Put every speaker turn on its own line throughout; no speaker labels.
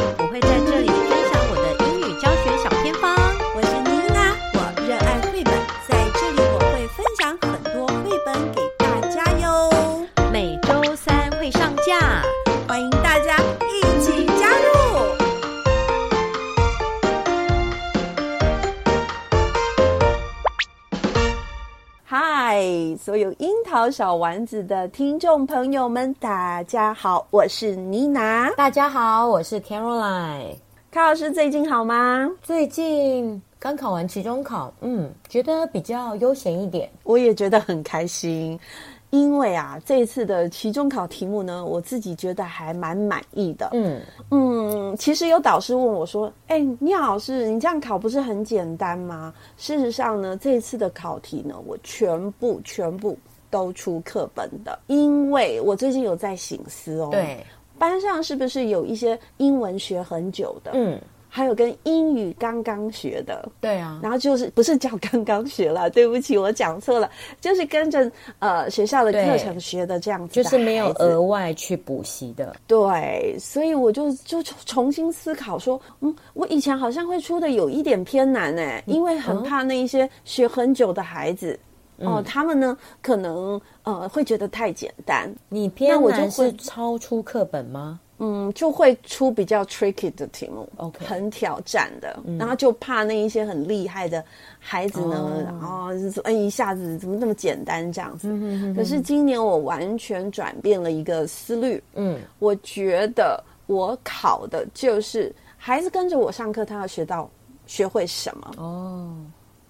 我会在这里分享我的英语教学小偏方。
我是妮娜，我热爱绘本，在这里我会分享很多绘本给大家哟。
每周三会上架。
欢迎大家一起加入。嗨，所有樱桃小丸子的听众朋友们，大家好，我是妮娜。
大家好，我是 Caroline。
卡老师最近好吗？
最近刚考完期中考，嗯，觉得比较悠闲一点。
我也觉得很开心，因为啊，这次的期中考题目呢，我自己觉得还蛮满意的。
嗯，
嗯，其实有导师问我说：“哎、聂老师，你这样考不是很简单吗？”事实上呢，这一次的考题呢，我全部全部都出课本的，因为我最近有在醒思哦，，
对，
班上是不是有一些英文学很久的，
嗯，
还有跟英语刚刚学的，
对啊，
然后就是不是叫刚刚学了，对不起，我讲错了，就是跟着呃学校的
对
课程学的这样子
就
的孩子，
是没有额外去补习的。
对，所以我就就重重新思考说，嗯，我以前好像会出的有一点偏难哎、因为
嗯
很怕那一些学很久的孩子。哦、他们呢，可能呃会觉得太简单，
你偏
那我就
难是
会
超出课本吗？
嗯，就会出比较 tricky 的题目
OK 嗯
很挑战的，然后就怕那一些很厉害的孩子呢，
哦嗯
然后就说哎一下子怎么那么简单这样子？可是今年我完全转变了一个思虑，
嗯，
我觉得我考的就是孩子跟着我上课，他要学到学会什么，
哦，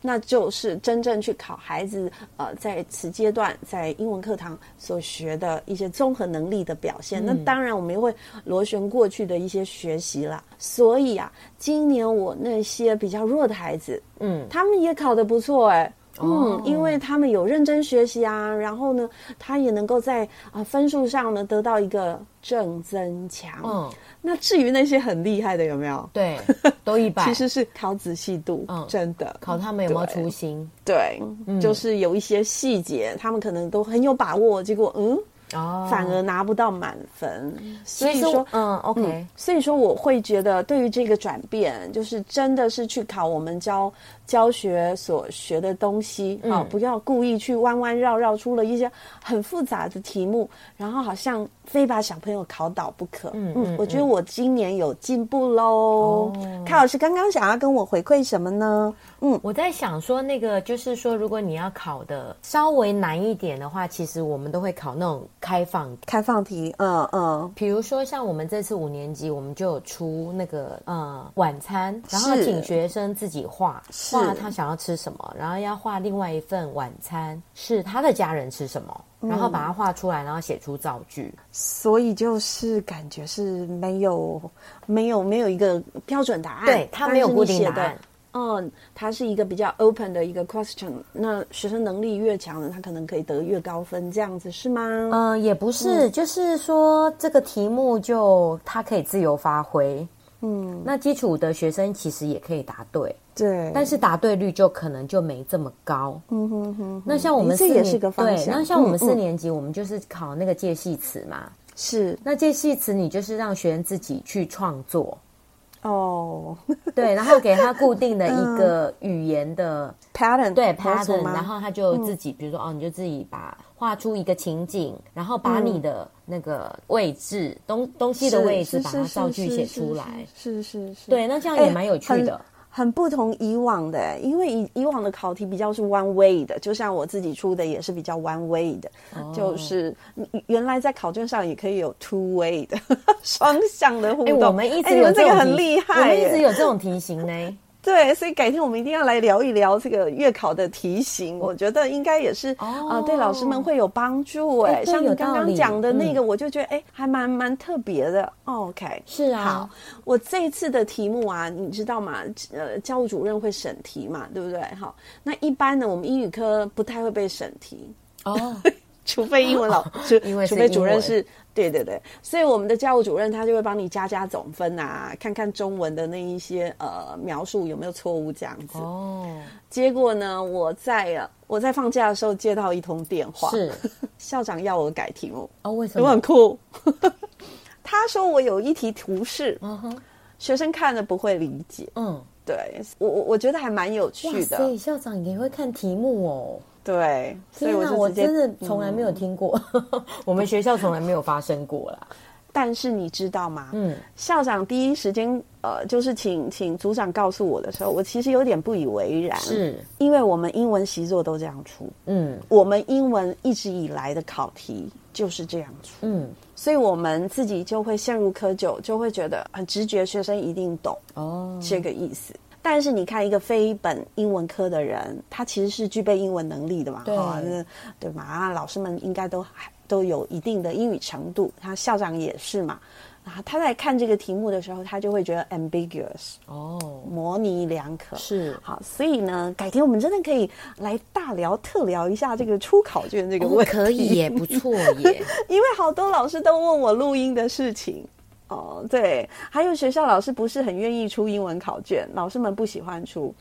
那就是真正去考孩子呃在此阶段在英文课堂所学的一些综合能力的表现。那当然，我们也会螺旋过去的一些学习啦。所以啊，今年我那些比较弱的孩子，
嗯，
他们也考得不错哎、
哦
嗯，因为他们有认真学习啊，然后呢，他也能够在啊、分数上呢得到一个正增强。
嗯，
那至于那些很厉害的有没有？
对，都一 百。
其实是考仔细度，
嗯
真的
考他们有没有
对
粗心？
对，就是有一些细节，他们可能都很有把握，结果嗯，
哦，
反而拿不到满分。所
其
以
实我
说，
嗯，OK，
嗯，所以说我会觉得，对于这个转变，就是真的是去考我们教教学所学的东西
嗯
啊、不要故意去弯弯绕绕出了一些很复杂的题目，然后好像非把小朋友考倒不可。嗯
嗯哦
我觉得我今年有进步喽。卡老师刚刚想要跟我回馈什么呢？
我在想说，那个就是说，如果你要考的稍微难一点的话，其实我们都会考那种开放。
开放题，嗯嗯，
比如说，像我们这次五年级，我们就有出那个呃晚餐，然后
是
请学生自己画，画他想要吃什么，然后要画另外一份晚餐是他的家人吃什么，然
嗯
后把它画出来，然后写出造句。
所以就是感觉是没有没有没有一个标准答案，
对他没有
但是你
固定
写
答
的
案。
嗯，它是一个比较 open 的一个 question。那学生能力越强的，他可能可以得越高分，这样子是吗？
嗯、也不是，就是说这个题目就他可以自由发挥。嗯，那基础的学生其实也可以答对，
对，
但是答对率就可能就没这么高。
嗯哼哼，
那像我们
这
四
也
年
是个方
对，
向
那像我们
嗯
四
嗯
年级，我们就是考那个介系词嘛。
是
那介系词你就是让学生自己去创作，
哦
对，然后给他固定的
嗯
一个语言的
，pattern
对
模组
pattern，
吗嗯
然后他就自己，比如说哦，你就自己把画出一个情景，然后把你的那个位置东东西的
是
位置
是
把
是
它
是
造句
是
写
是
出
是
来。
是是是，
对，那这样也
哎
蛮有趣
很
的。
很不同以往的欸，因为以以往的考题比较是 one way 的，就像我自己出的也是比较 one way 的，
哦
就是你原来在考卷上也可以有 two way 的 双向的互
哎，
动。
我们一
哎
直
你
有
们这
种
个很
题
厉
我
害
们一
耶，
直有这种题型 呢。
对，所以改天我们一定要来聊一聊这个月考的题型，我觉得应该也是啊、
哦
对老师们会有帮助哎、
哎对
像
有
你
道
刚刚
理
讲的那个，我就觉得哎、还蛮蛮特别的。OK，哦
是啊
好，我这一次的题目啊，你知道吗？呃，教务主任会审题嘛，对不对？好，那一般呢，我们英语科不太会被审题，
哦，
除非英文老师，
因为是
除非主
英
任
文
是，对对对，所以我们的教务主任他就会帮你加加总分啊，看看中文的那一些呃描述有没有错误这样子。
哦，
结果呢，我在呃我在放假的时候接到一通电话，
是
校长要我改题目，
哦，为什
我
么
很？酷。 他说我有一题图示，
嗯哼，
学生看了不会理解。
嗯，
对我我我觉得还蛮有
哇
趣
塞，
的，
校长也会看题目哦。
对，所以
天
我
哪，
就
我
直接嗯
真的从来没有听过， 我们学校从来没有发生过啦。
但是你知道吗？
嗯，
校长第一时间，呃，就是请请组长告诉我的时候，我其实有点不以为然，
是，
因为我们英文习作都这样出，
嗯
我们英文一直以来的考题就是这样出，
嗯，
所以我们自己就会陷入窠臼，就会觉得很直觉，学生一定懂
哦，
这个意思。但是你看，一个非本英文科的人，他其实是具备英文能力的嘛，
对
哈那对嘛？啊，老师们应该都还都有一定的英语程度，他校长也是嘛。啊，他在看这个题目的时候，他就会觉得 ambiguous，
哦，
模棱两可。
是
好，所以呢，改天我们真的可以来大聊特聊一下这个出考卷这个
哦
问题。
可以耶，不错耶，
因为好多老师都问我录音的事情。哦，对，还有学校老师不是很愿意出英文考卷，老师们不喜欢出，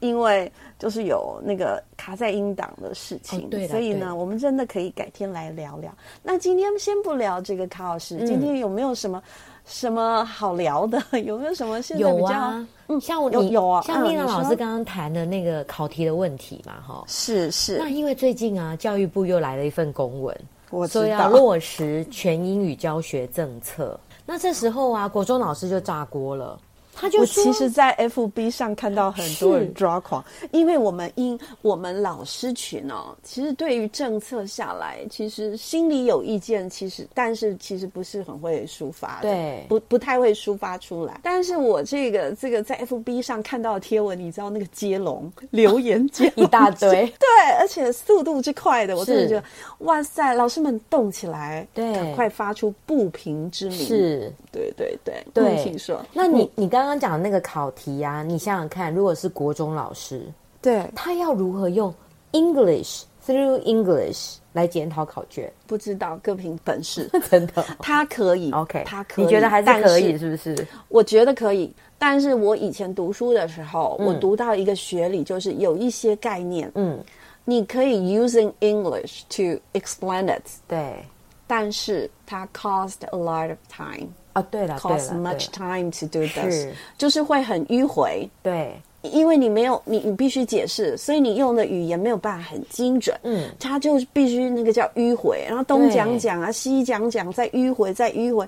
因为就是有那个卡在音档的事情。
哦对啦
所以
对
呢，我们真的可以改天来聊聊。那今天先不聊这个卡老师，今
嗯
天有没有什么什么好聊的？ 有没有什么现在比
有
较、
啊，像我
有
你
有啊
像
嗯
丽娜
你
老
说
师刚刚谈的那个考题的问题嘛，哈，
是是
那，因为最近啊，教育部又来了一份公文，
我
说
知
要
道。
落实全英语教学政策。那这时候啊，国中老师就炸锅了，他就
我
说，
其实，在 FB 上看到很多人
是
抓狂，因为我们因我们老师群哦，其实对于政策下来，其实心里有意见，其实但是其实不是很会抒发的，
对
不不太会抒发出来。但是我这个这个在 FB 上看到的贴文，你知道那个接龙留言接龙
啊一大堆
对，而且速度之快的，我真的
是
觉得哇塞，老师们动起来，
对
赶快发出不平之鸣，，
是
对对对，
对
嗯请说，
那你你刚刚讲的那个考题啊，你想想看，如果是国中老师，
对，
他要如何用 English through English 来检讨考卷？
不知道各凭本 事。
真的
他可以
？OK，
他可以，
你觉得还
但
是可以，
是
是不是？
我觉得可以，但是我以前读书的时候，我
嗯
读到一个学理，就是有一些概念，
嗯，
你可以 using English to explain it，
对。
但是它 cost a lot of time，cost
啊，对了，对了，对
much
了
time to do this，
是
就是会很迂回。
对，
因为你没有你，你必须解释，所以你用的语言没有办法很精准。
嗯
它就必须那个叫迂回，然后东
对
讲讲啊，西讲讲，再迂回，再迂回。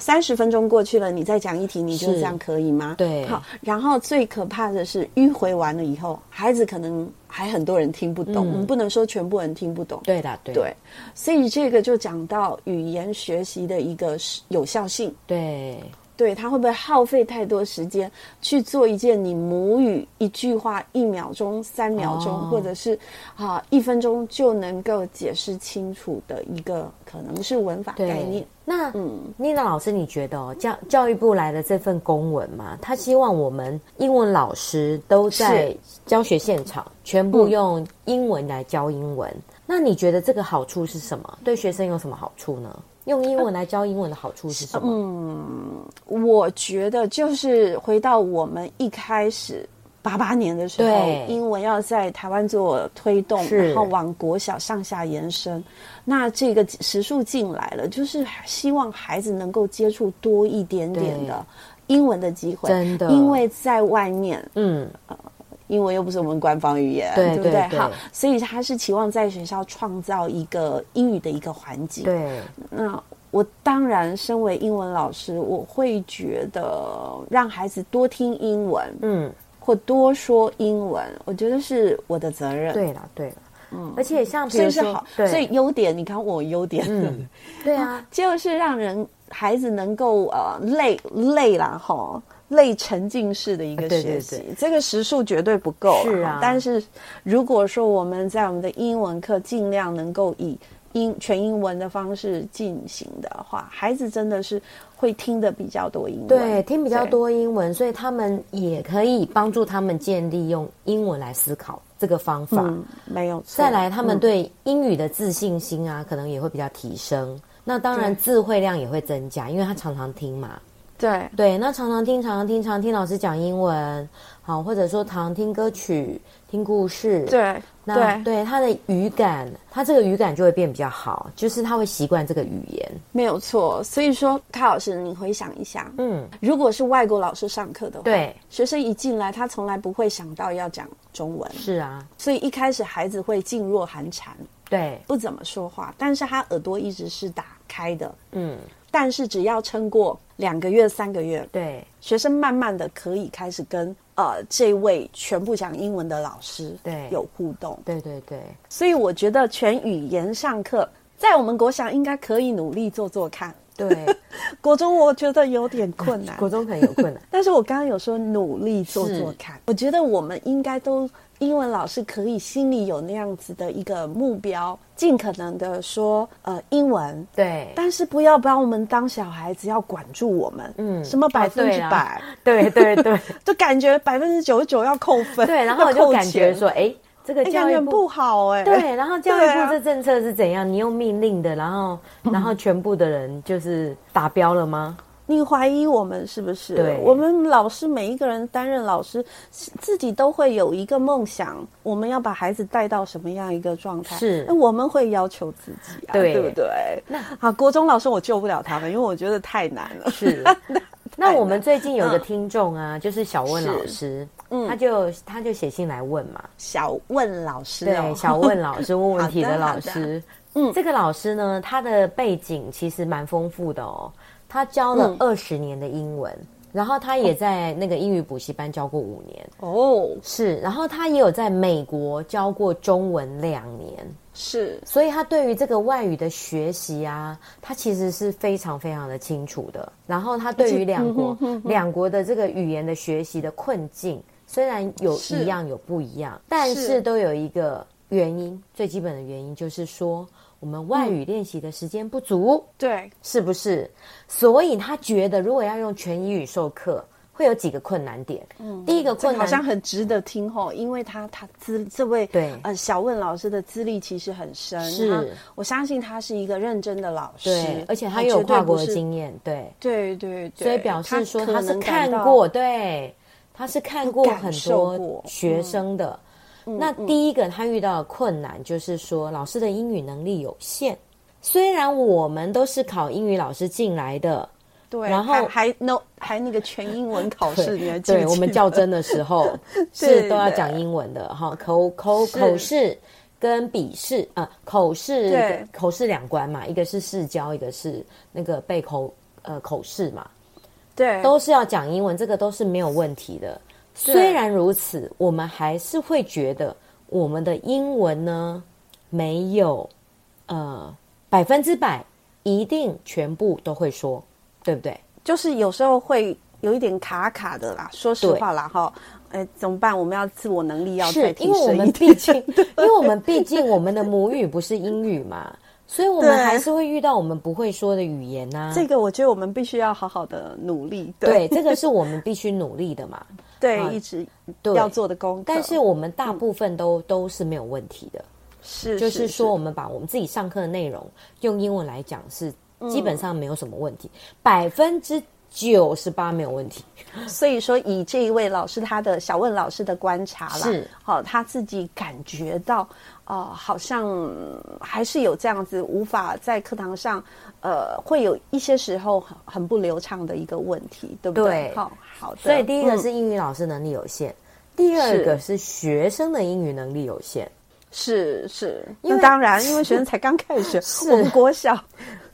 三十分钟过去了，你再讲一题，你就这样可以吗？
对
好。然后最可怕的是迂回完了以后，孩子可能还很多人听不懂，我们不能说全部人听不懂。
嗯对啦，对
对，所以这个就讲到语言学习的一个有效性。
对，
对他会不会耗费太多时间去做一件你母语一句话一秒钟、三秒钟，
哦
或者是啊、一分钟就能够解释清楚的一个可能是文法概念？
那妮娜老师，你觉得哦，教教育部来的这份公文嘛，他希望我们英文老师都在教学现场全部用英文来教英文。那你觉得这个好处是什么？对学生有什么好处呢？用英文来教英文的好处是什么？
我觉得就是回到我们一开始。八八年的时候
对，
英文要在台湾做推动，
是
然后往国小上下延伸。那这个时数进来了，就是希望孩子能够接触多一点点的英文的机会。
真的
因为在外面，
嗯，
英文又不是我们官方语言，
对
不对？
对对
好，所以他是期望在学校创造一个英语的一个环境。
对，
那我当然身为英文老师，我会觉得让孩子多听英文
嗯，
或多说英文，我觉得是我的责任。，
对啦，对啦，嗯，而且像比
所
如
以是
说，
好，
对，
所以优点，你看我优点，
嗯，对啊，
就是让人孩子能够呃累累啦哈。类沉浸式的一个
啊对
学习，
对
这个时数绝对不够啦
是啊
但是如果说我们在我们的英文课尽量能够以英全英文的方式进行的话，孩子真的是会听的比较多英文，
对，听比较多英文，所以他们也可以帮助他们建立用英文来思考这个方法。
嗯，没有错。
再来，他们
嗯
对英语的自信心啊，可能也会比较提升。那当然，
对
智慧量也会增加，因为他常常听嘛。
对
对，那常常听，常常听，常常听老师讲英文，好，或者说常常听歌曲、听故事。，
对
那
对
对他的语感，他这个语感就会变比较好，就是他会习惯这个语言。
没有错。所以说，卡老师，你回想一下，
嗯，
如果是外国老师上课的话，
对，
学生一进来，他从来不会想到要讲中文，
是啊，
所以一开始孩子会噤若寒蝉，
对，
不怎么说话，但是他耳朵一直是打开的。
嗯，
但是只要撑过两个月、三个月，
对，
学生慢慢的可以开始跟呃这位全部讲英文的老师
对
有互动。
对对对，
所以我觉得全语言上课在我们国小应该可以努力做做看，
对，
国中我觉得有点困难。
国中可能有困难。
但是我刚刚有说努力做做看，我觉得我们应该都英文老师可以心里有那样子的一个目标，尽可能的说呃英文，
对，
但是不要把我们当小孩子，要管住我们，嗯，
嗯
什么百
哦
分
对
之
啦
百，
对对对
就感觉百分之九十九要扣分，
对，然后我
要
就
扣
感觉
钱
说，哎，这个
哎
教
感觉
育
很
部
不好哎、
对，然后教育
对啊
部这政策是怎样？你用命令的，然 后然后全部的人就是达标了吗？
你怀疑我们是不是？
对
我们老师每一个人担任老师，自己都会有一个梦想，我们要把孩子带到什么样一个状态？
是
那我们会要求自己啊，对
对
不对？那啊，国中老师我救不了他们，因为我觉得太难了。
是。那我们最近有一个听众啊，就是嗯小问老师，他就他就写信来问嘛，
小问老师、哦，
对，小问老师问问题
好
的
的好
老
的
师，嗯，这个老师呢，他的背景其实蛮丰富的哦，他教了
嗯
二十年的英文，然后他也在那个英语补习班教过五年，
哦，
是，然后他也有在美国教过中文两年，
是
所以他对于这个外语的学习啊，他其实是非常非常的清楚的。然后他对于两
嗯
国、两国的这个语言的学习的困境，虽然有
是
一样有不一样，但是都有一个原因，最基本的原因就是说我们外语练习的时间不足，
对，
是不是？所以他觉得如果要用全英语授课，会有几个困难点。第一个
嗯这
困
个好
难
像很值得听哦，因为他他资这位
对
呃小问老师的资历其实很深，
是
他我相信他是一个认真的老师
对，，而且他
绝
有
对
跨国
不
的
是
经验，对。
对对对，
所以表示说
可
他是
能感
看
到
过，对，他是看过很
感受
多
过嗯
学生的。那第一个他遇到的困难就是说，老师的英语能力有限。虽然我们都是考英语老师进来的，
对，
然后
还还 no 还那个全英文考试，你还记不
对
记得
我们较真的时候
对
是都要讲英文的哈，口口
是
口试跟笔试啊、呃口试
对
口试两关嘛，一个是试教，一个是那个背口呃口试嘛。
对
都是要讲英文，这个都是没有问题的。虽然如此，我们还是会觉得我们的英文呢没有呃百分之百一定全部都会说，对不对？
就是有时候会有一点卡卡的啦，说实
对
话啦哈，哎怎么办？我们要自我能力要
是
再提
因为我
升一
们
点
毕，竟， 因为我们毕竟我们的母语不是英语嘛，所以我们
对
还是会遇到我们不会说的语言呐、
这个我觉得我们必须要好好的努力，
对，这个是我们必须努力的嘛。
对
啊
一直
对
要做的功课，
但是我们大部分都、都是没有问题的。
是
就是说，我们把我们自己上课的内容用英文来讲是
嗯
基本上没有什么问题，百分之九十八没有问题。
所以说，以这一位老师他的小问老师的观察啦，
是
好、他自己感觉到，呃，好像嗯还是有这样子无法在课堂上，呃，会有一些时候很很不流畅的一个问题，对不对？
对
好、好的。
所以第一个
嗯
是英语老师能力有限，第二个是学生的英语能力有限。
是是，
因为
那当然，因为学生才刚开 始学，我们国小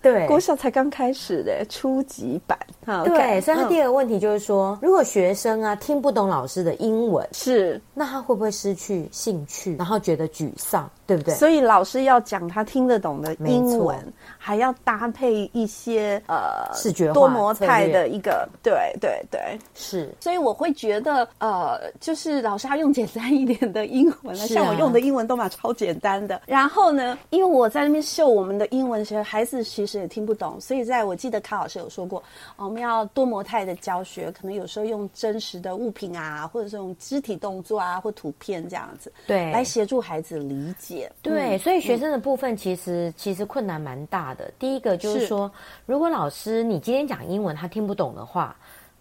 对
国小才刚开始的初级版，哈
对
OK，
所以他
嗯
第二个问题就是说，如果学生啊听不懂老师的英文，
是
那他会不会失去兴趣，然后觉得沮丧？对不对？
所以老师要讲他听得懂的英
没错
文，还要搭配一些呃
视觉化
多模
策
态
略
的一个，对对对。
是
所以我会觉得，呃，就是老师他用简单一点的英文了，
是啊
像我用的英文都嘛超简单的。然后呢，因为我在那边秀我们的英文时，孩子其实也听不懂，所以在我记得卡老师有说过，哦我们要多模态的教学，可能有时候用真实的物品啊，或者是用肢体动作啊，或图片这样子，
对
来协助孩子理解。
对，
嗯
所以学生的部分其实、其实困难蛮大的。第一个就是
是
说，如果老师你今天讲英文他听不懂的话，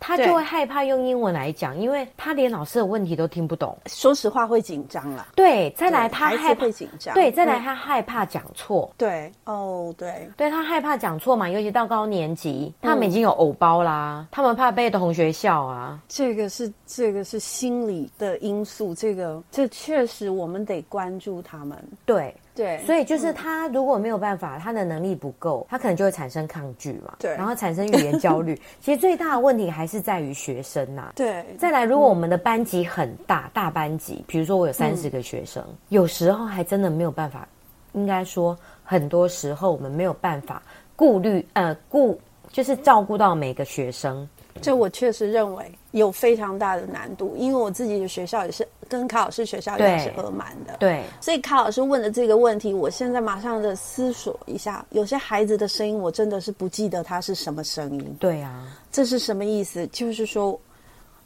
他
对
就会害怕用英文来讲，因为他连老师的问题都听不懂。
说实话会紧张啦，
对，再来
对
他
孩子
害怕
会紧张
对，再来
嗯
他害怕讲错。
对，哦，对，
对他害怕讲错嘛，尤其到高年级，他
嗯
们已经有偶包啦，他们怕被同学笑啊。
这个是这个是心理的因素，这个这确实我们得关注他们。
对，
对，
所以
嗯
就是他如果没有办法，他的能力不够，他可能就会产生抗拒嘛，
对
然后产生语言 焦虑。其实最大的问题还是在于学生呐、
对，
再来，如果
嗯
我们的班级很大，大班级，比如说我有三十个学生，
嗯
有时候还真的没有办法，应该说很多时候我们没有办法顾虑呃顾就是照顾到每个学生。
这我确实认为有非常大的难度，因为我自己的学校也是跟卡老师学校也
对
是合满的。
对，
所以卡老师问的这个问题，我现在马上的思索一下，有些孩子的声音我真的是不记得他是什么声音，
对啊，
这是什么意思？就是说。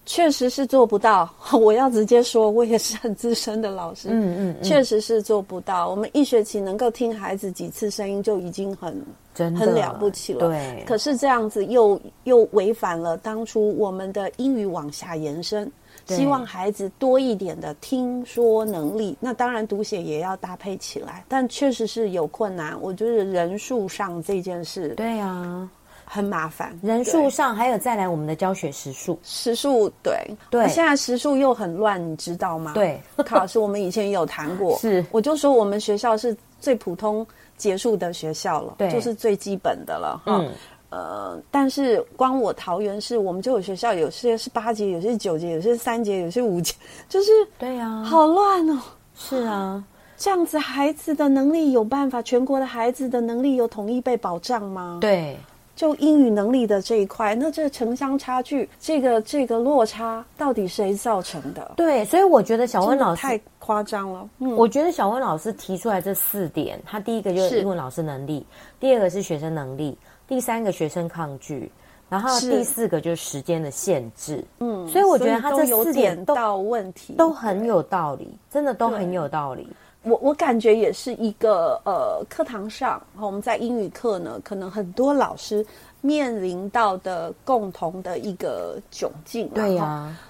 确实是做不到， 我要直接说，我也是很资深的老师，
嗯嗯嗯，
确实是做不到。我们一学期能够听孩子几次声音就已经很
真的
很了不起了。
对，
可是这样子又又违反了当初我们的英语往下延伸，
对
希望孩子多一点的听说能力。那当然读写也要搭配起来，但确实是有困难。我觉得人数上这件事
对啊，
很麻烦，
人数
对
上还有再来我们的教学时数，
时数对
对
现在时数又很乱，你知道吗？
对
考试我们以前也有谈过，
是
我就说我们学校是最普通结束的学校了，
对
就是最基本的了哈。
嗯，
呃，但是光我桃园市，我们就有学校，有些是八节，有些是九节，有些是三节，有些五节， 就是
对啊，
好乱哦。
是啊，
这样子孩子的能力有办法，全国的孩子的能力有统一被保障吗？
对，
就英语能力的这一块，那这城乡差距，这个这个落差到底谁造成的？
对，所以我觉得小温
真的
老师
太夸张了，嗯，
我觉得小温老师提出来这四点，他第一个就是
是
英文老师能力，第二个是学生能力，第三个学生抗拒，然后
是
第四个就是时间的限制。嗯，所以我觉得他
所
这
以都有
四点
点
都
到问题，
都很有道理，真的都很有道理。
我我感觉也是一个呃，课堂上哦我们在英语课呢，可能很多老师面临到的共同的一个窘境、啊。
对呀、
哦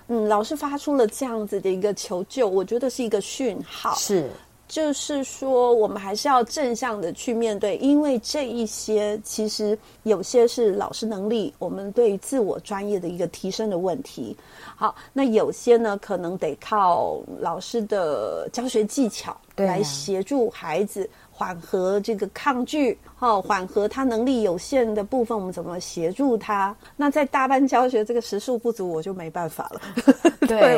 嗯，老师发出了这样子的一个求救，我觉得是一个讯号，
是
就是说我们还是要正向的去面对，因为这一些其实有些是老师能力，我们对于自我专业的一个提升的问题。好，那有些呢，可能得靠老师的教学技巧
对啊
来协助孩子缓和这个抗拒，哦，缓和他能力有限的部分，我们怎么协助他？那在大班教学这个时数不足，我就没办法了。
对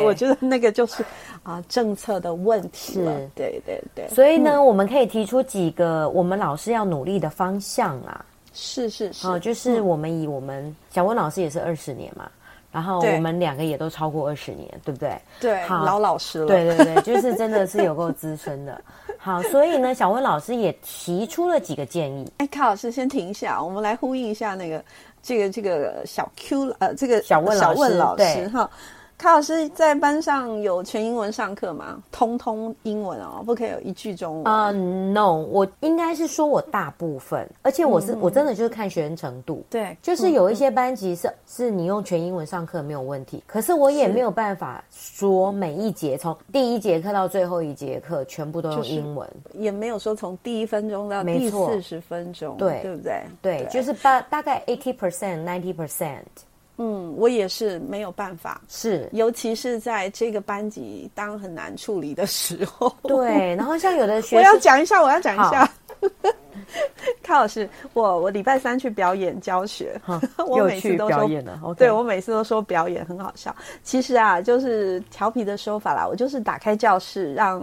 我觉得那个就是啊政策的问题了
是。
对对对，
所以呢，我们可以提出几个我们老师要努力的方向啊。
是是是，
哦，
嗯
就是我们以我们小温老师也是二十年嘛，然后
对
我们两个也都超过二十年，对不对？
对
好
老老实了。
对对对，就是真的是有够资深的。好，所以呢，小温老师也提出了几个建议。
哎，卡老师先停一下，我们来呼应一下那个这个这个小 Q 呃，这个
小问老
小
师
问老
对
师哈。卡老师在班上有全英文上课吗？通通英文哦，不可以有一句中文。
呃、n o 我应该是说我大部分，而且
嗯
我是、我真的就是看学生程度。
对，
就是
嗯
有一些班级是、是你用全英文上课没有问题，可是我也
是
没有办法说每一节从第一节课到最后一节课全部都用
就是
英文。
也没有说从第一分钟到
没
第
错
四十分钟，
对
对不对？
对，就是大大概 eighty percent、ninety percent
嗯，我也是没有办法，
是。
尤其是在这个班级当很难处理的时候。
对，然后像有的学
我
生
要讲一下，我要讲一下。卡老师，我我礼拜三去表演教学， 我
又
每次
去
都
表
说
演了，OK
对我每次都说表演很好笑。其实啊，就是调皮的说法啦，我就是打开教室，让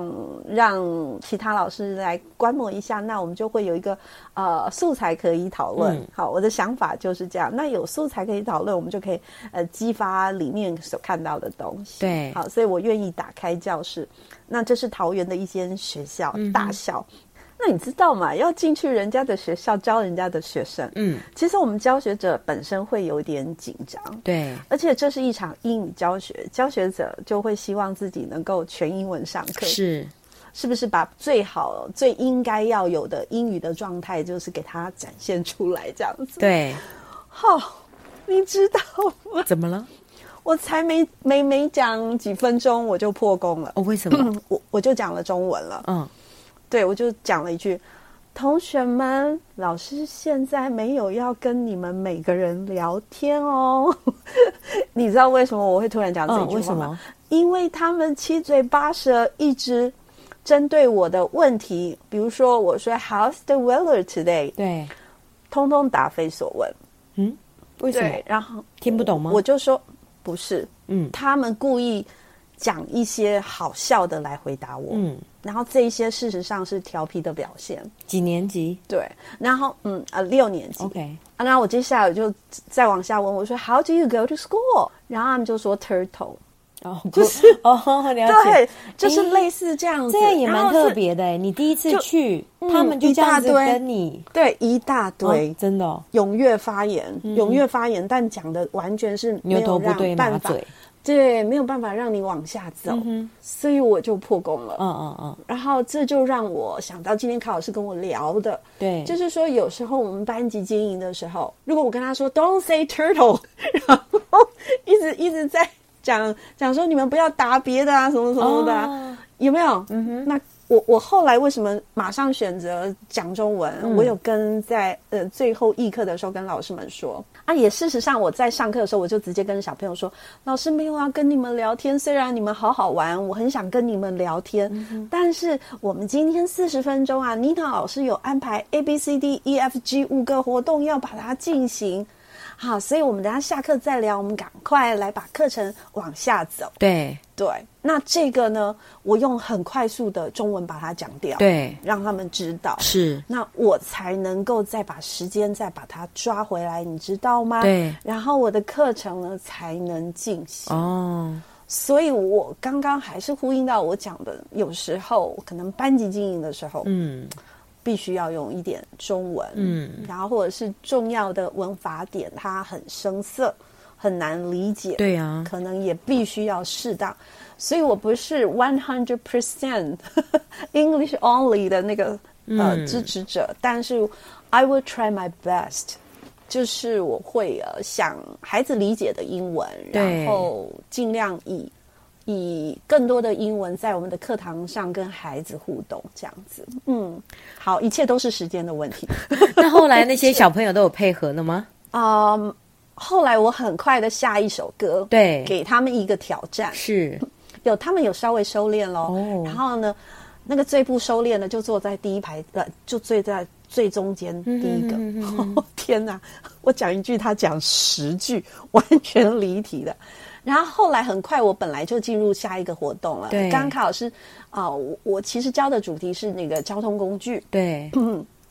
让其他老师来观摩一下，那我们就会有一个呃素材可以讨论。
嗯
好，我的想法就是这样。那有素材可以讨论，我们就可以呃激发里面所看到的东西。
对
好，所以我愿意打开教室。那这是桃园的一间学校，
嗯
大校。那你知道吗？要进去人家的学校教人家的学生，
嗯，
其实我们教学者本身会有点紧张，
对，
而且这是一场英语教学，教学者就会希望自己能够全英文上课，
是，
是不是把最好、最应该要有的英语的状态，就是给它展现出来，这样子。
对，
好、你知道吗？
怎么了？
我才没没没讲几分钟，我就破功了，嗯
哦，为什么？
我我就讲了中文了。
嗯，
对，我就讲了一句：“同学们，老师现在没有要跟你们每个人聊天哦。” 你知道为什么我会突然讲这一
嗯，
句话吗？
为什么？
因为他们七嘴八舌，一直针对我的问题，比如说我说 “How's the weather today”，
对，
通通答非所问。
嗯，为什么
对，？然后
听不懂吗？
我就说不是，
嗯
他们故意讲一些好笑的来回答我，
嗯，
然后这一些事实上是调皮的表现。
几年级
对，然后嗯呃六年级
？OK，
啊，然后我接下来我就再往下问，我说 How do you go to school？然后他们就说 turtle，
哦，就是 哦，了解。
对，就是类似这样子，
这样也
然
蛮
后
特
是，
别的欸，你第一次
就
去，
嗯
他们就
一
这样
大
子
堆
跟你，
对，一大堆。
哦真的哦
踊跃发言，踊跃发言，但讲的完全是没
牛头
有
不
让
对嗯马
办法，
嘴，
对，没有办法让你往下走，所以我就破功了。
嗯嗯嗯，
然后这就让我想到今天卡老师跟我聊的，
对，
就是说，有时候我们班级经营的时候，如果我跟他说 “Don't say turtle”，然 后 一直一直在讲讲说你们不要答别的啊，什么什么的啊、
哦
有没有？嗯哼。那我我后来为什么马上选择讲中文？我有跟在呃最后一课的时候跟老师们说啊，也事实上我在上课的时候，我就直接跟小朋友说，老师没有啊，跟你们聊天，虽然你们好好玩，我很想跟你们聊天，但是我们今天四十分钟啊，妮娜老师有安排 A B C D E F G 五个活动要把它进行。好，所以我们等一下下课再聊，我们赶快来把课程往下走。
对
对，那这个呢，我用很快速的中文把它讲掉，，
对
让他们知道，
是，
那我才能够再把时间再把它抓回来，你知道吗？
对
然后我的课程呢才能进行。
哦，
所以我刚刚还是呼应到我讲的，有时候可能班级经营的时候，
嗯，
必须要用一点中文，
嗯，
然后或者是重要的文法点，它很生涩，很难理解，
对啊，
可能也必须要适当。所以我不是 one hundred percent English only 的那个呃、
嗯
支持者，但是 I will try my best，就是我会呃想孩子理解的英文，
对
然后尽量以。以更多的英文在我们的课堂上跟孩子互动，这样子，嗯，好，一切都是时间的 问题。
那后来那些小朋友都有配合了吗？
嗯，后来我很快的下一首歌，
对
给他们一个挑战，
是，
有他们有稍微收敛喽。
哦
然后呢，那个最不收敛的就坐在第一排，呃，就坐在最中间第一个。
嗯
天哪，我讲一句，他讲十句，完全离题的。然后后来很快，我本来就进入下一个活动了。
对
刚刚卡老师啊、我我其实教的主题是那个交通工具。
对，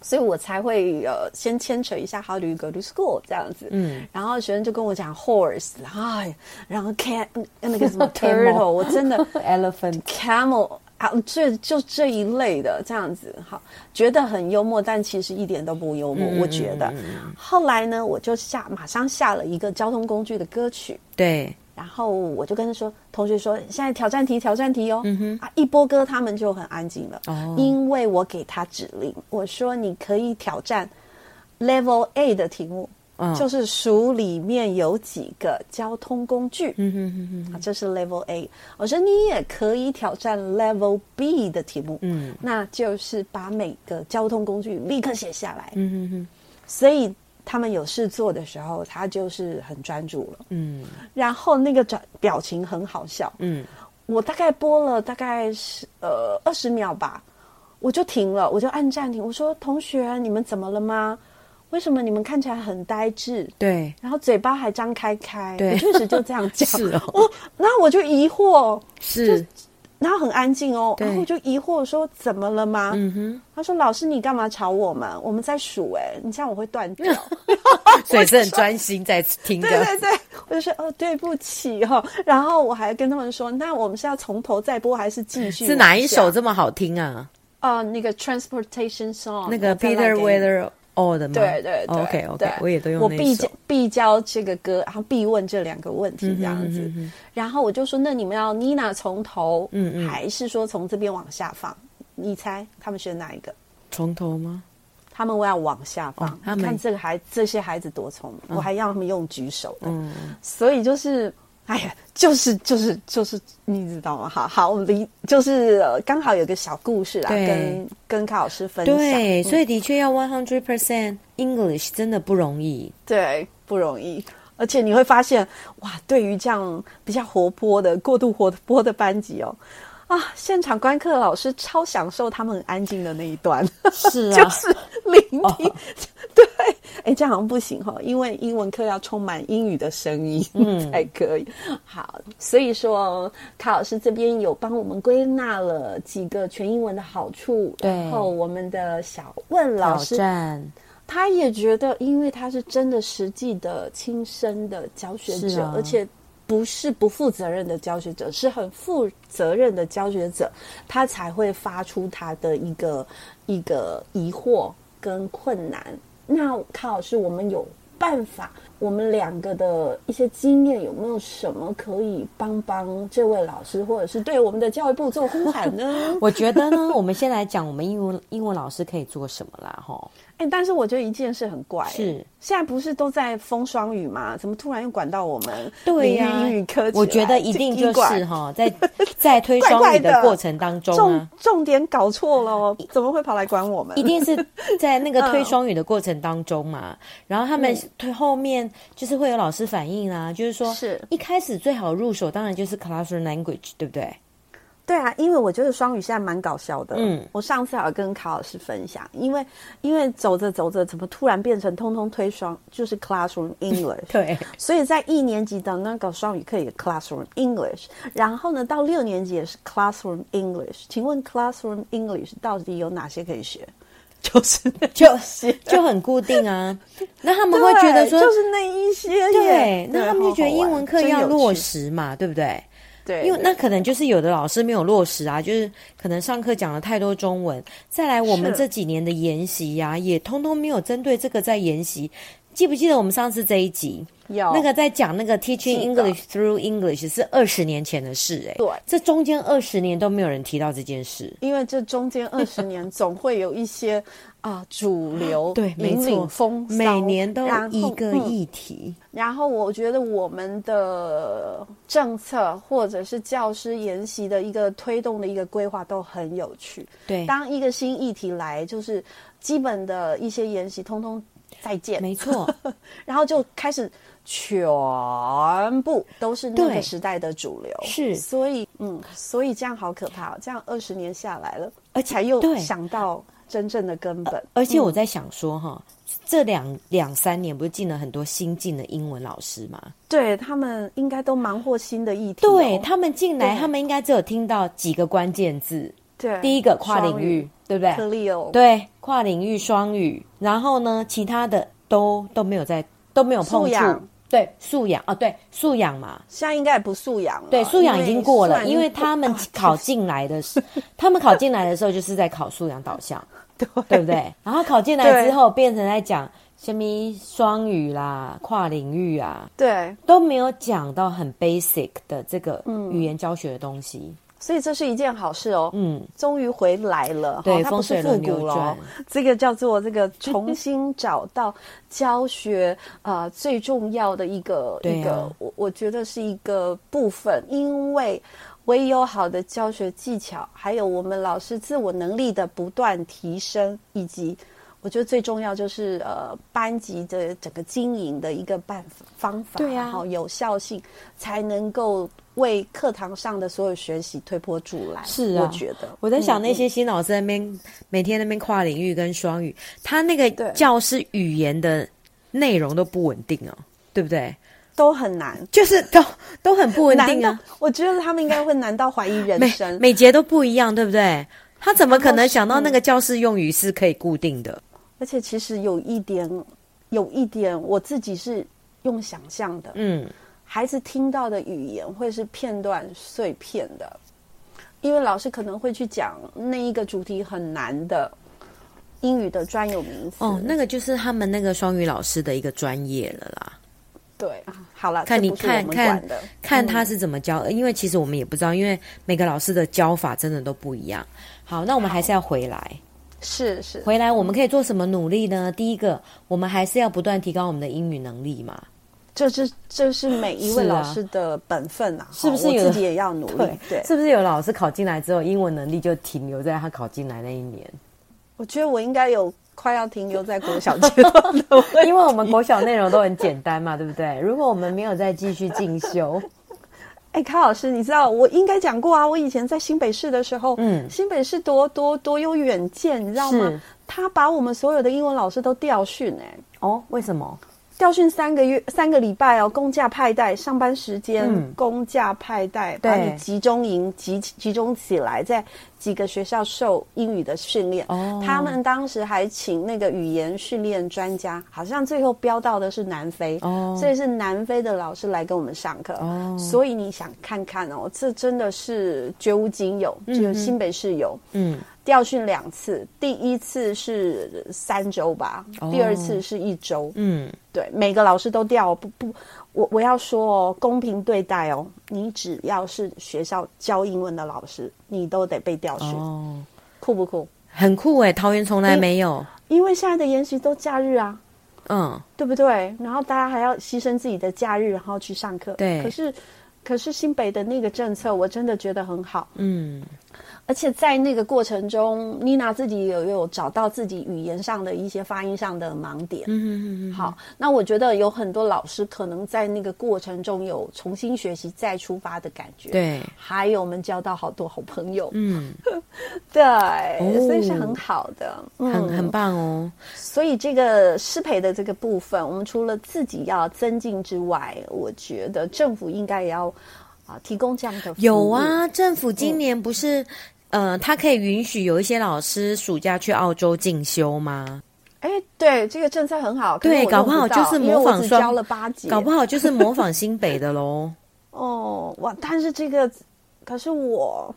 所以我才会呃先牵扯一下 How do you go to school 这样子，
嗯，
然后学生就跟我讲 horse，然后然后 cat 嗯那个什么
Camel
turtle，我真的
elephant，
camel 啊，这就这一类的这样子，好，觉得很幽默，但其实一点都不幽默，我觉得。
嗯
后来呢，我就下马上下了一个交通工具的歌曲，
对，
然后我就跟他说，同学说现在挑战题，挑战题哦。啊，一波哥他们就很安静了，
嗯哦
因为我给他指令，我说你可以挑战 Level A 的题目，
嗯
就是数里面有几个交通工具。
嗯哼哼哼，
啊，这是 Level A。我说你也可以挑战 Level B 的题目，
嗯，
那就是把每个交通工具立刻写下来。
嗯哼哼，
所以他们有事做的时候，他就是很专注了。
嗯
然后那个转表情很好笑，
嗯，
我大概播了大概是呃二十秒吧，我就停了，我就按暂停。我说：“同学，你们怎么了吗？为什么你们看起来很呆滞？
对，
然后嘴巴还张开开？”
对
我确实就这样 讲。
是哦
我，然后我就疑惑，
是，
然后很安静哦，
对
然后我就疑惑说：“怎么了吗？”
嗯哼，
他说：“老师，你干嘛吵我们？我们在数哎、你这样我会断掉。
所以是很专心在听的，
对对对，我就说哦，对不起哦，然后我还跟他们说，那我们是要从头再播还是继续？
是哪一首？这么好听啊？
呃，那个 Transportation Song，
那个
我再来
Peter
给你
Weather All 的吗？
对对对
OK OK，
对
我也都用
我
那
必
一
教
首。
必教这个歌，然后必问这两个问题这样
嗯
子。
哼嗯哼嗯
然后我就说，那你们要妮娜从头，
嗯嗯
还是说从这边往下放？你猜他们选哪一个？
从头吗？
他们要往下放，
哦他
你
们
看这个孩这些孩子多聪明，我还让他们用举手的，
嗯，
所以就是，哎呀，就是就是就是，你知道吗？好好，我们离就是、呃刚好有个小故事啊，
对
跟跟卡老师分享。
对，所
以、
以的确要 one hundred percent English 真的不容易。
对不容易，而且你会发现，哇，对于这样比较活泼的、过度活泼的班级哦。啊！现场观课老师超享受他们很安静的那一段，
是啊， 哦
就是聆听。 对，哎，这样好像不行哈、哦，因为英文课要充满英语的声音、
嗯
才可以。好，所以说卡老师这边有帮我们归纳了几个全英文的好处，
对
然后我们的小问老
挑
师
战
他也觉得，因为他是真的实际的亲身的教学
是
者，
啊？
而且不是不负责任的教学者，是很负责任的教学者，他才会发出他的一个一个疑惑跟困难。那康老师，我们有办法，我们两个的一些经验有没有什么可以帮帮这位老师，或者是对我们的教育部做呼喊呢
我觉得呢，我们先来讲我们英文英文老师可以做什么啦，哈。
哎、但是我觉得一件事很怪、哎
是
现在不是都在风双语吗？怎么突然又管到我们
对
呀、
呀、
英语科起来？
我觉得一定就
奇怪
是哈，在在推
怪
双
怪
语的
的
过程当中
重
啊，
重点搞错了哦，怎么会跑来管我们？
一定是在那个推
嗯
双语的过程当中 嘛。然后他们推后面就是会有老师反映啊，嗯就是说，
是
一开始最好入手当然就是 classroom language，对不对？
对啊，因为我觉得双语现在蛮搞笑的。
嗯
嗯，我上次还有跟卡老师分享，因为因为走着走着，怎么突然变成通通推双，就是 classroom English。
对，
所以在一年级的那个双语课也 classroom English，然后呢到六年级也是 classroom English。请问 classroom English 到底有哪些可以学？就是那
就是就很固定 啊。那他们会觉得
对，
说
就是那一些耶
对，那他们就觉得英文课
好
要落，
好玩真有趣
实嘛，对不对？
对，
因为
对
那可能就是有的老师没有落实啊，就是可能上课讲了太多中文。再来，我们
是
这几年的研习呀、也通通没有针对这个在研习。记不记得我们上次这一集
有
那个在讲那个 teaching
记得
English through English 是二十年前的事、哎，
对
这中间二十年都没有人提到这件事。
因为这中间二十年总会有一些啊、主流
对，没
引
错
领风，骚，
每年都
然后
一个
嗯
议题，
然后我觉得我们的政策或者是教师研习的一个推动的一个规划都很有趣。
对，
当一个新议题来，就是基本的一些研习通通再见，
没错，
然后就开始全部都是那
对
个时代的主流。
是
所以嗯，所以这样好可怕、哦，这样二十年下来了，
而且
才又
对呃
想到真正的根本。
而且我在想说哈，这两两三年不是进了很多新进的英文老师吗？
对他们应该都忙活新的议题哦、
对他们进来，
对
他们应该只有听到几个关键字，
对
第一个跨领域，对不
克
对？
利哦，
对，跨领域双语，然后呢，其他的都都没有在都没有碰
素
触
养。哦
对素养啊，对素养嘛，
现在应该也不素养了，
对素养已经过了，因为
素养
他
已
们
经过了
考进来的时，他们考进来的时候就是在考素养导向，对不对？然后考进来之后变成在讲什么双语啦、跨领域啊，
对，
都没有讲到很 basic 的这个语言教学的东西。
所以这是一件好事哦。
嗯，
终于回来了，哈
对
它不是复
风水轮
古
流
了哦
转，
这个叫做这个重新找到教学啊、呃最重要的一个、
对啊
一个，我我觉得是一个部分，因为唯有好的教学技巧，还有我们老师自我能力的不断提升，以及。我觉得最重要就是呃班级的整个经营的一个办法方法，
对啊
然后有效性才能够为课堂上的所有学习推波助澜。
是啊
我觉得
我在想
嗯
那些新老师在那边每天那边跨领域跟双语，他那个
对
教师语言的内容都不稳定哦，对不对？
都很难，
就是都都很不稳
难
定
到
啊，
我觉得他们应该会难到怀疑人
每
生。
每节都不一样，对不对？他怎么可能想到
嗯
那个教室用语是可以固定的？
而且其实有一点，有一点我自己是用想象的，
嗯，
孩子听到的语言会是片段碎片的，因为老师可能会去讲那一个主题很难的英语的专有名词。
哦，那个就是他们那个双语老师的一个专业了啦。
对，啊好了，
看
这
你
不是
看
我们
看
管的，
看他是怎么教，呃因为其实我们也不知道，因为每个老师的教法真的都不一样。好，那我们还是要回来，
是是，
回来我们可以做什么努力呢？第一个，我们还是要不断提高我们的英语能力嘛。
这是这是每一位
是啊
老师的本分啊，
是不是
哦
有
我
的
自己也要 努力？对，
是不是有老师考进来之后，英文能力就停留在他考进来那一年？
我觉得我应该有快要停留在国小阶段的位置
因为我们国小内容都很简单嘛，对不对？如果我们没有再继续进修，
哎，康老师，你知道我应该讲过啊，我以前在新北市的时候，
嗯
新北市多多多有远见，你知道
是
吗？他把我们所有的英文老师都调训、哎，
哦，为什么？
调训三个月、三个礼拜哦，公假派代，上班时间、
嗯
公假派代，把
对
你集中营集集中起来，在几个学校受英语的训练。
哦
他们当时还请那个语言训练专家，好像最后标到的是南非，
哦
所以是南非的老师来跟我们上课。
哦
所以你想看看哦，这真的是绝无仅有，只有新北市有。
嗯，
调训两次，第一次是三周吧，
哦
第二次是一周。
嗯，
对，每个老师都调，不不，我我要说哦，公平对待哦，你只要是学校教英文的老师，你都得被调训，
哦，
酷不酷？
很酷哎，桃园从来
你
没有，
因为现在的研习都假日啊，
嗯，
对不对？然后大家还要牺牲自己的假日，然后去上课。
对
可是可是新北的那个政策，我真的觉得很好。
嗯，
而且在那个过程中，妮娜自己有有找到自己语言上的一些发音上的盲点。
嗯，
好，那我觉得有很多老师可能在那个过程中有重新学习再出发的感觉。，
对，
还有我们交到好多好朋友，
嗯， 哦
对，所以是很好的，
很
嗯
很棒哦，
所以这个师培的这个部分，我们除了自己要增进之外，我觉得政府应该也要啊、提供这样的服务
有，啊，政府今年不是，呃，他可以允许有一些老师暑假去澳洲进修吗？
哎，对，这个政策很好，可是
对
我
搞不好
用到
就是
因为
模
我
仿
只
双
教了八节，
搞不好就是模仿新北的喽。
哦哇，但是这个，可是我。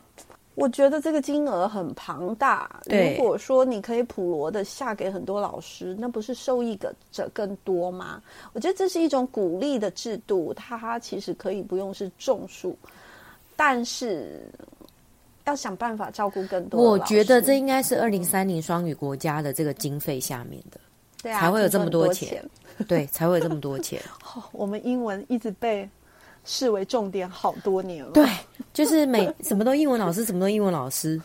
我觉得这个金额很庞大。
对
如果说你可以普罗的下给很多老师，那不是受益者者更多吗？我觉得这是一种鼓励的制度，它其实可以不用是种树，但是要想办法照顾更多的
我
老师。
觉得这应该是二零三零双语国家的这个经费下面的，
对啊
才会有这么
很
多
多
钱 对，才会有这么多钱。
哦我们英文一直被视为重点好多年了。
对，就是每 什么都英文老师，什么都英文老师，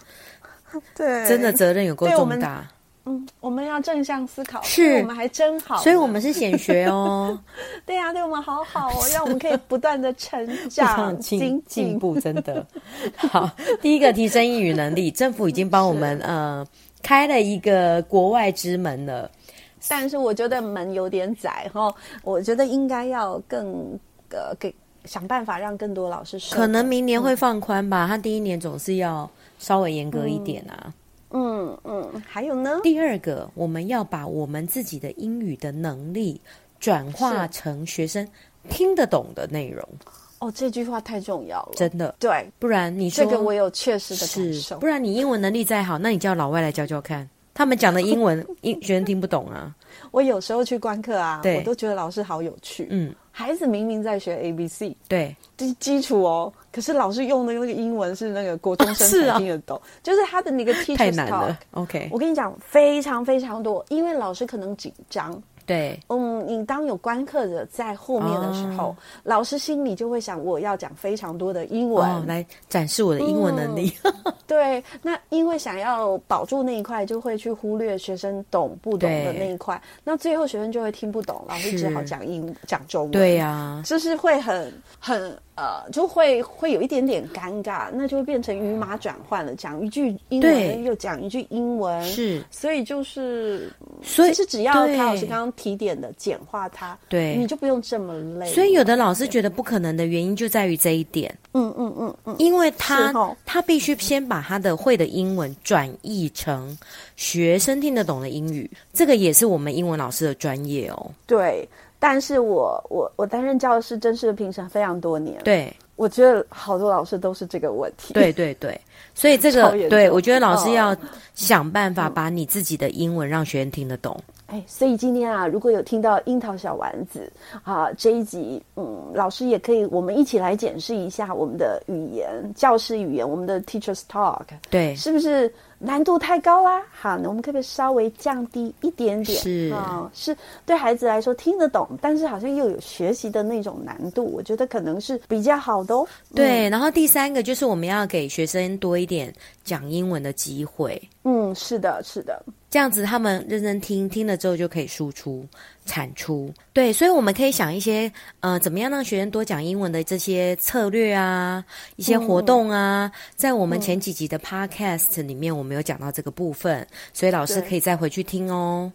对，
真的责任有够
对我
重
们
大。
嗯，我们要正向思考，
是
所以我们还真好呢，
所以我们是显学 哦，
对啊呀、对我们好好 哦，让我们可以不断的成
非
长、
常
精
进进
进。
步，真的。好，第一个提升英语能 力，政府已经帮我们呃开了一个国外之门了。
但是我觉得门有点窄哈、哦，我觉得应该要更呃给想办法让更多老师受
可能明年会放宽吧，他第一年总是要稍微严格一点啊。
嗯嗯，还有呢，
第二个，我们要把我们自己的英语的能力转化
是
成学生听得懂的内容，
哦，这句话太重要了，
真的，
对，
不然你说
这个我有确实的感
是，
受
不。然你英文能力再好，那你叫老外来教教看，他们讲的 英文英学生听不懂啊。
我有时候去观课啊，
对
我都觉得老师好有趣。
嗯，
孩子明明在学 A B C，
对，
基基础哦，可是老师用的那个英文是那个国中生
是啊
才听得懂，就是他的那个 teacher
太难了。OK，
我跟你讲，非常非常多，因为老师可能紧张，
对，
嗯，你当有观课者在后面的时候，
哦
老师心里就会想，我要讲非常多的英文。嗯
哦，来展示我的英文能力。
对，那因为想要保住那一块，就会去忽略学生懂不懂的
对
那一块，那最后学生就会听不懂，老师只好
是
讲英讲中文。
对呀、
就是会很很呃，就会会有一点点尴尬，那就会变成语码转换了，讲一句英
对
文又讲一句英文，
是，
所以就是，
所以
其实只要
对
陶老师刚刚提点的简化它，
对
你就不用这么累。
所以有的老师觉得不可能的原因就在于这一点，
嗯嗯嗯嗯，
因为他
是哦
他必须先把他的会的英文转译成学生听得懂的英语，这个也是我们英文老师的专业哦。
对。但是我我我担任教师真是评审非常多年，，
对，
我觉得好多老师都是这个问题。
对对对，所以这个
超严重
对我觉得老师
哦
要想办法把你自己的英文让学生听得懂。
哎，所以今天啊，如果有听到樱桃小丸子啊这一集，嗯，老师也可以，我们一起来检视一下我们的语言、教师语言，我们的 teachers talk
对，
是不是难度太高啦？好，那我们可不可以稍微降低一点点？
是
啊、是对孩子来说听得懂，但是好像又有学习的那种难度，我觉得可能是比较好的哦。
对。然后第三个就是我们要给学生多一点讲英文的机会，
嗯，嗯，是的，是的，
这样子他们认真听，听了之后就可以输出产出。对，所以我们可以想一些呃，怎么样让学生多讲英文的这些策略啊，一些活动啊，在我们前几集的 podcast 里面，我们有讲到这个部分，所以老师
对
可以再回去听哦。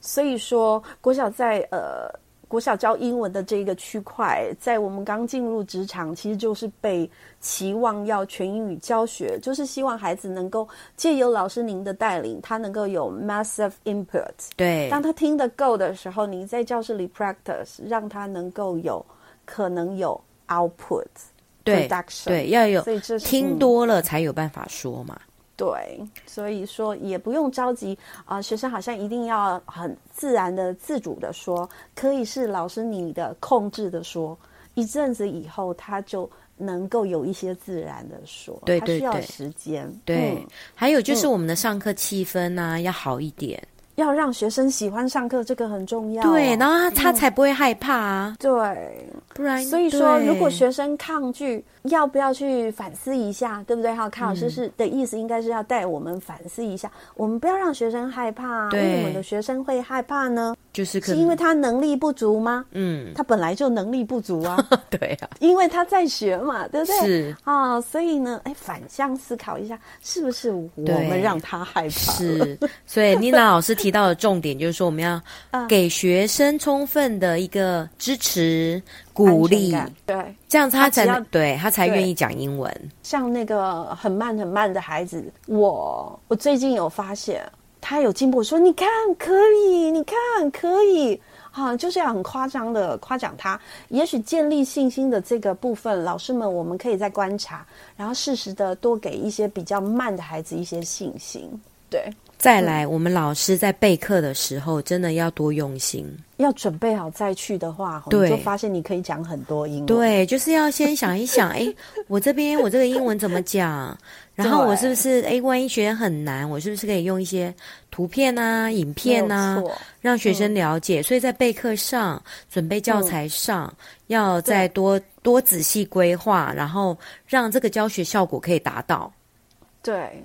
所以说，国小在呃国小教英文的这一个区块，在我们刚进入职场，其实就是被期望要全英语教学，就是希望孩子能够借由老师您的带领，他能够有 massive input。
对，
当他听得够的时候，你在教室里 practice，让他能够有可能有 output
对
production。
对，要有
所以这是
听
嗯
多了才有办法说嘛。
对，所以说也不用着急啊、学生好像一定要很自然的、自主的说，可以是老师你的控制的说，一阵子以后他就能够有一些自然的说，
对对
他需
对
要时间，
对，
嗯
还有就是我们的上课气氛呢、要好一点。
要让学生喜欢上课，这个很重要哦、
对，然后他他才不会害怕啊，
对，
不然
所以说，
哎对
如果学生抗拒，要不要去反思一下，对不对？哈，康老
嗯
师是的意思，应该是要带我们反思一下，我们不要让学生害怕啊。
对
为什么有的学生会害怕呢？
就是可
是
能
因为他能力不足吗？
嗯，
他本来就能力不足 啊，
对啊，
因为他在学嘛，对不对？
是
啊、所以呢，哎，反向思考一下，是不是我
对
们让他害怕？
是，所以妮娜老师提到的重点就是说，我们要
嗯
给学生充分的一个支持、鼓励，
安全感对。
这样子他
他
才
只要
能对他才
对
愿意讲英文。
像那个很慢很慢的孩子，我我最近有发现他有进步，我说你看可以，你看可以。啊，就是要很夸张的夸奖他。也许建立信心的这个部分，老师们我们可以再观察，然后适时的多给一些比较慢的孩子一些信心。对，
再来，
嗯
我们老师在备课的时候，真的要多用心。
要准备好再去的话，你
对
就发现你可以讲很多英文。，
对，就是要先想一 想，哎，我这边我这个英文怎么讲？然后我是不是哎，万一学得很难，我是不是可以用一些图片啊、影片啊
没有，错
让学
嗯
生了解？所以在备课上、准备教材上，
嗯
要再多多仔细规划，然后让这个教学效果可以达到。
对，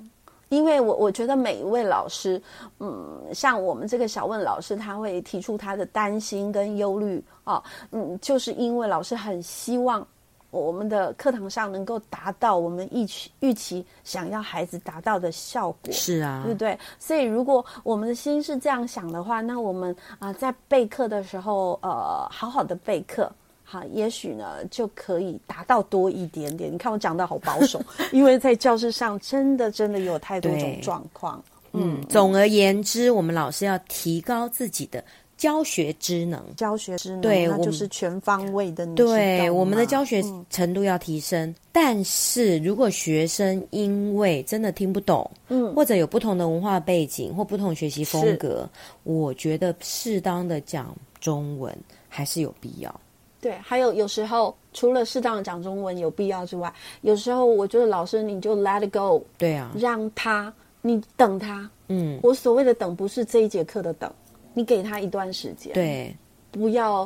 因为我我觉得每一位老师，嗯，像我们这个小问老师，他会提出他的担心跟忧虑啊，嗯，就是因为老师很希望我们的课堂上能够达到我们预期预期想要孩子达到的效果。
是啊
对不，对？所以如果我们的心是这样想的话，那我们啊、在备课的时候，呃，好好的备课。好，也许呢就可以达到多一点点。你看我讲的好保守，因为在教室上真的真的有太多
对
种状况。
嗯，总而言之，我们老师要提高自己的教学知能。
教学之能，
对
那
我
就
们
是全方位的。嗯你知
对，
道
我们的
吗
教学程度要提升，但是如果学生因为真的听不懂，嗯，或者有不同的文化背景或不同学习风
是
格，我觉得适当的讲中文还是有必要。
对，还有有时候除了适当的讲中文有必要之外，有时候我觉得老师你就 let it go，
对啊，
让他，你等他。
嗯，
我所谓的等，不是这一节课的等，你给他一段时间，，
对
不要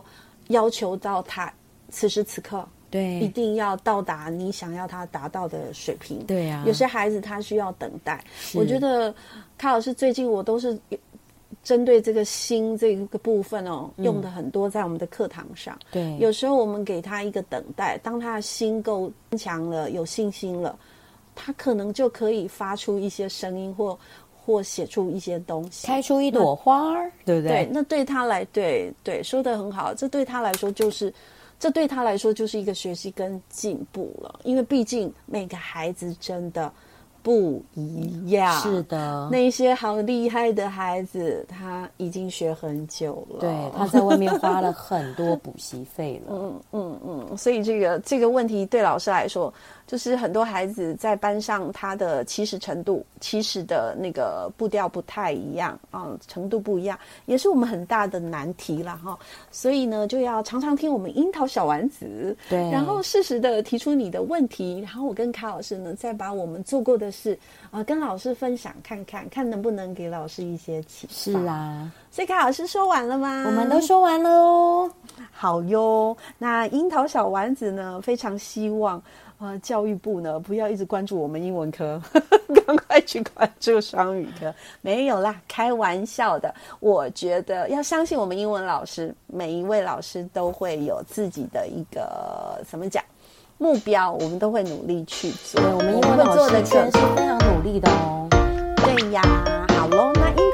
要求到他此时此刻一
对
定要到达你想要他达到的水平。
对啊，
有些孩子他需要等待。我觉得卡老师最近我都是针对这个心这个部分哦，用的很多在我们的课堂上。
嗯对
有时候我们给他一个等待，当他的心够坚强了，有信心了，他可能就可以发出一些声音或或写出一些东西。
开出一朵花儿，对不
对
对？，
那对他来，对对，说的很好，这对他来说就是，这对他来说就是一个学习跟进步了，因为毕竟每个孩子真的不一样。
是。的，
那一些好厉害的孩子，他已经学很久了。
对，他在外面花了很多补习费了，
所以这个这个问题对老师来说，就是很多孩子在班上他的起始程度、起始的那个步调不太一样啊、程度不一样，也是我们很大的难题啦哈、所以呢，就要常常听我们樱桃小丸子，
对
然后适时的提出你的问题，然后我跟卡老师呢，再把我们做过的事啊、跟老师分享看看，看能不能给老师一些启发。
是，啊，
所以卡老师说完了吗？
我们都说完了哦。
好哟，那樱桃小丸子呢？非常希望，呃，教育部呢不要一直关注我们英文科， 赶快去关注双语科。没有啦，开玩笑的。我觉得要相信我们英文老师，每一位老师都会有自己的一个怎么讲目标，我们都会努力去嗯做。
对，我们英文
会
老
做
师
的
圈
更
是非常努力的哦。
对呀。好喽，那英